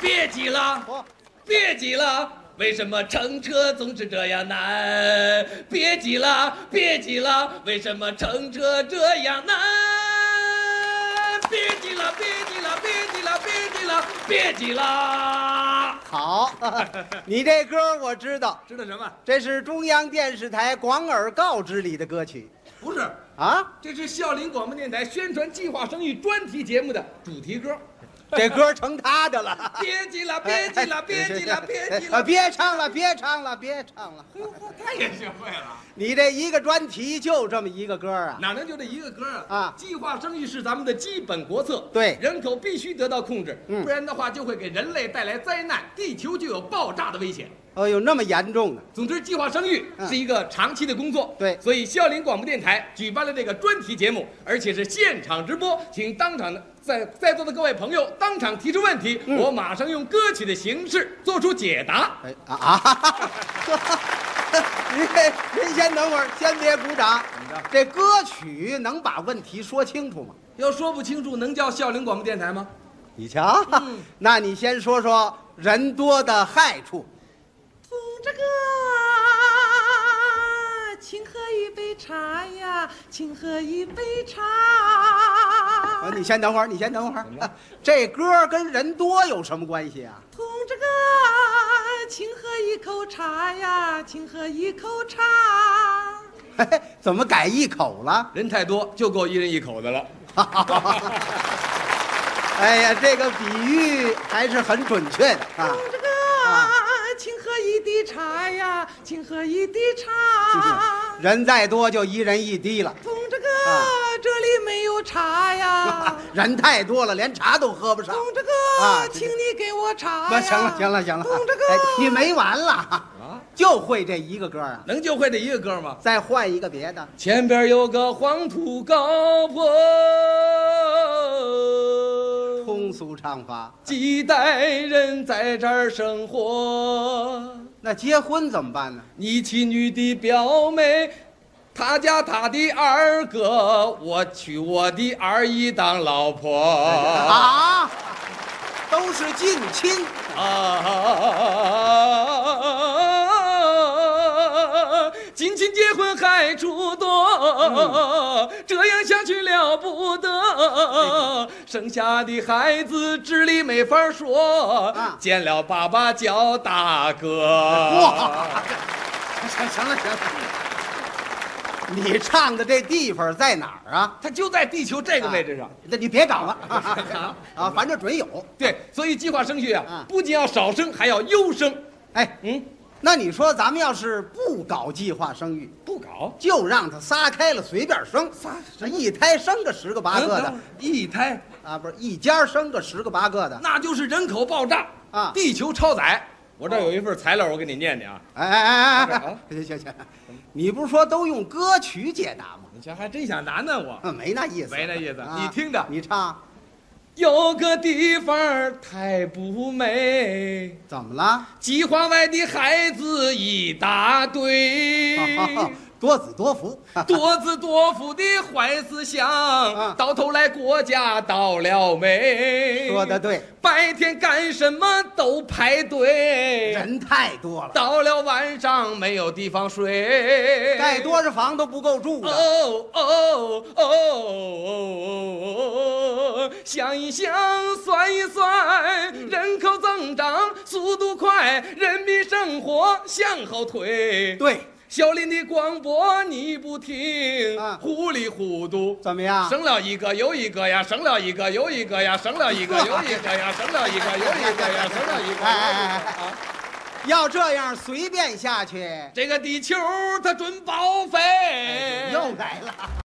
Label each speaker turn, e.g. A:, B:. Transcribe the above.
A: 别挤了，别挤了，为什么乘车总是这样难？别挤了，别挤了，为什么乘车这样难？别挤了，别挤了，别挤了，别挤了，别挤了。
B: 好，你这歌我知道，
A: 知道什么？
B: 这是中央电视台《广而告之》里的歌曲
A: 不是，
B: 啊。
A: 这是孝陵广播电台宣传计划生育专题节目的主题歌。
B: 这歌成他的了。
A: 别挤了，别挤了，别挤了，别挤
B: 啊！
A: 了。
B: 别唱了，别唱了，别唱了！
A: 他也学会了，
B: 你这一个专题就这么一个歌啊？
A: 哪能就这一个歌啊？
B: 啊
A: 计划生育是咱们的基本国策，
B: 对
A: 人口必须得到控制，
B: 嗯
A: 不然的话就会给人类带来灾难，地球就有爆炸的危险。
B: 哎呦，那么严重啊！
A: 总之，计划生育
B: 嗯
A: 是一个长期的工作。
B: 对
A: 所以孝陵广播电台举办了这个专题节目，而且是现场直播，请当场的在在座的各位朋友当场提出问题，
B: 嗯
A: 我马上用歌曲的形式做出解答。
B: 哎啊啊！您这您先等会儿，先别鼓掌。这歌曲能把问题说清楚吗？
A: 要说不清楚，能叫孝陵广播电台吗？
B: 你瞧，
A: 嗯
B: 那你先说说人多的害处。
C: 同这个，啊请喝一杯茶呀，请喝一杯茶。
B: 啊，你先等会儿，你先等会儿。 这歌跟人多有什么关系啊？
C: 同这个，请喝一口茶呀，请喝一口茶。
B: 嘿嘿，怎么改一口了？
A: 人太多，就够一人一口的了。
B: 哎呀，这个比喻还是很准确的啊
C: 同！这个
B: 啊，
C: 请喝一滴茶呀，请喝一滴茶。
B: 人再多就一人一滴了，
C: 同这个
B: 啊，
C: 这里没有 茶呀。
B: 人太多了，连茶都喝不上
C: 同。这个
B: 啊，
C: 请你给我茶
B: 不
C: 哎呀。
B: 行了，行了，行了，
C: 同这个
B: 哎，你没完了
A: 啊
B: 啊！就会这一个歌啊，
A: 能就会这一个歌吗？
B: 再换一个别的。
A: 前边有个黄土高坡，
B: 通俗唱法，
A: 几代人在这儿生活。
B: 那结婚怎么办呢？
A: 你妻女的表妹，他家他的二哥，我娶我的二姨当老婆。啊
B: 啊，都是近亲。
A: 近亲结婚还出多，这样下去了不得，生下的孩子智力没法说
B: 啊，
A: 见了爸爸叫大哥
B: 哇。行行了，行了。 你唱的这地方在哪儿啊？
A: 他就在地球这个位置上。
B: 那你别找了 啊啊，反正准有。
A: 对，所以计划生育啊
B: 啊，
A: 不仅要少生，还要优生。
B: 哎，
A: 嗯，
B: 那你说咱们要是不搞计划生育，
A: 不搞
B: 就让他撒开了随便生，
A: 撒
B: 这一胎生个十个八个的
A: 嗯一胎，
B: 啊，不是一家生个十个八个的。
A: 那就是人口爆炸
B: 啊哦
A: 地球超载。我这儿有一份材料，我给你念念啊。
B: 哎哎哎哎
A: 啊
B: 哎，行行行，你不是说都用歌曲解答吗？
A: 你瞧，还真想难难我。
B: 嗯没那意思，
A: 没那意思
B: 啊
A: 你听着
B: 你唱
A: 有个地方儿太不美，
B: 怎么了？
A: 计划外的孩子一大 堆。
B: 多子多福，
A: 多子多福的坏思想，到头来国家倒了霉。
B: 说得对，
A: 白天干什么都排队，
B: 人太多了，
A: 到了晚上没有地方睡。
B: 盖多少房都不够住
A: 哦
B: 的。
A: 哦哦哦哦！想一想，算一算，人口增长速度快，人民生活向后退。
B: 对，
A: 小林的广播你不听，
B: 啊
A: 糊里糊涂。
B: 怎么样？
A: 省了一个又一个呀，省了一个又一个呀，省了一个 又一个呀，省了一个又一个呀，省了一个又一个
B: 哎哎哎
A: 呀。 啊
B: 要这样
A: 哎
B: 随便下去，
A: 这个地球它准报废，
B: 哎又来了。